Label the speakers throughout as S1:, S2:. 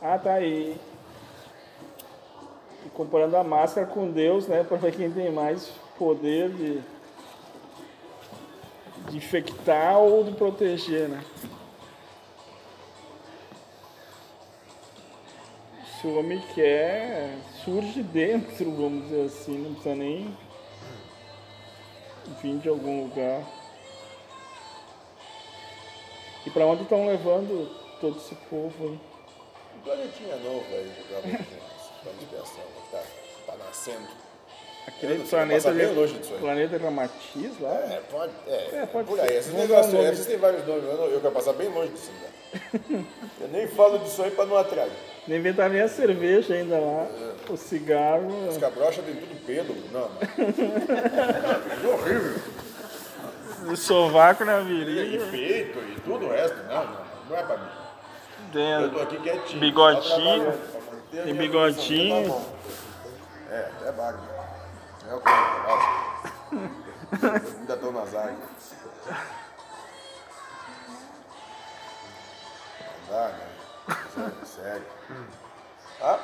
S1: Ah, tá aí. E comparando a máscara com Deus, né? Para ver quem tem mais poder de, de infectar ou de proteger, né? Se o homem quer, surge dentro, vamos dizer assim, não precisa nem vir de algum lugar. E para onde estão levando todo esse povo aí?
S2: Um planetinha novo aí, digamos, vamos pensar, que tá, tá nascendo. Eu
S1: Aquele
S2: não sei,
S1: planeta,
S2: passa bem
S1: de-
S2: longe disso aí.
S1: planeta Ramatiz lá?
S2: É, pode, é,
S1: É, pode
S2: por
S1: ser.
S2: aí. Essas
S1: Vamos dar um
S2: negações,
S1: nome.
S2: essas têm vários nomes, eu, não- eu quero passar bem longe disso. Né? eu nem falo disso aí pra não atrair.
S1: Nem inventar nem a cerveja ainda lá, o cigarro.
S2: As cabrochas tem tudo pelo, não, mas... É horrível.
S1: O sovaco na
S2: E
S1: virilha.
S2: efeito e tudo o resto, não, não, não é pra mim. Eu tô
S1: Dentro.
S2: aqui quietinho.
S1: Bigodinho.
S2: só trabalhando, pra manter a
S1: Tem
S2: minha
S1: bigodinho.
S2: função, tá bom. É, é bagulho. É o que eu gosto. Eu Ainda tô nas águas. Não dá, né? Sério, sério. Ah,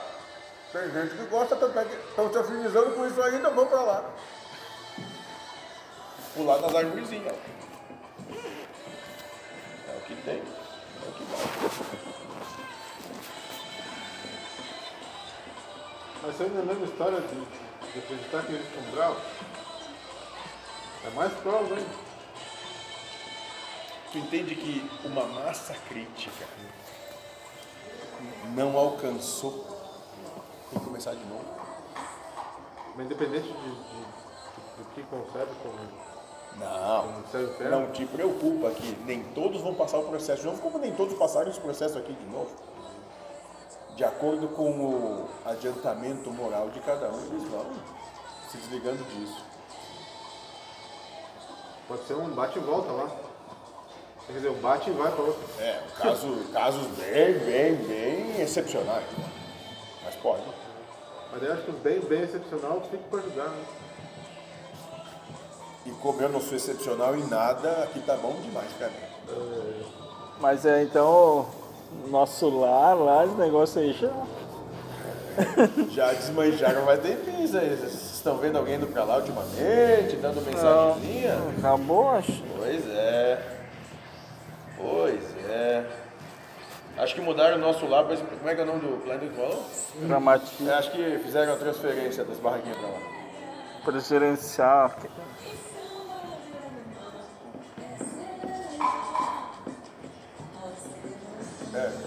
S2: tem gente que gosta, tanto é que estão se afinizando com isso aí, então vamos pra lá. Pular nas árvorezinhas. É o que tem. É o que dá.
S3: Mas ainda é a mesma história de, de acreditar que eles são bravos. É mais prova, hein?
S2: Tu entende que uma massa crítica não alcançou. Tem que começar de novo.
S3: Mas independente de, de, de- do que concebe como,
S2: Não.
S3: como serve o termo,
S2: Não te preocupa que nem todos vão passar o processo de novo, como nem todos passaram esse processo aqui de novo. De acordo com o adiantamento moral de cada um, eles vão se desligando disso.
S3: pode ser um bate e volta lá. Quer dizer, um bate e vai pra outro.
S2: É, caso, casos bem, bem, bem excepcionais. né? Mas pode.
S3: Mas eu acho que um bem, bem excepcional fica pra ajudar, né?
S2: E como eu não sou excepcional em nada, aqui tá bom demais pra mim.
S1: Mas é então o nosso lar lá, esse negócio aí já.
S2: Já desmancharam, mas tem pizza aí. Vocês estão vendo alguém indo pra lá ultimamente, dando mensagenzinha?
S1: Acabou, acho.
S2: Pois é. Pois é. Acho que mudaram o nosso lá, mas como é que é o nome do planeta que tu falou?
S1: Ramatiz
S2: É, acho que fizeram a transferência das barraquinhas pra lá.
S1: preferencial.
S2: É,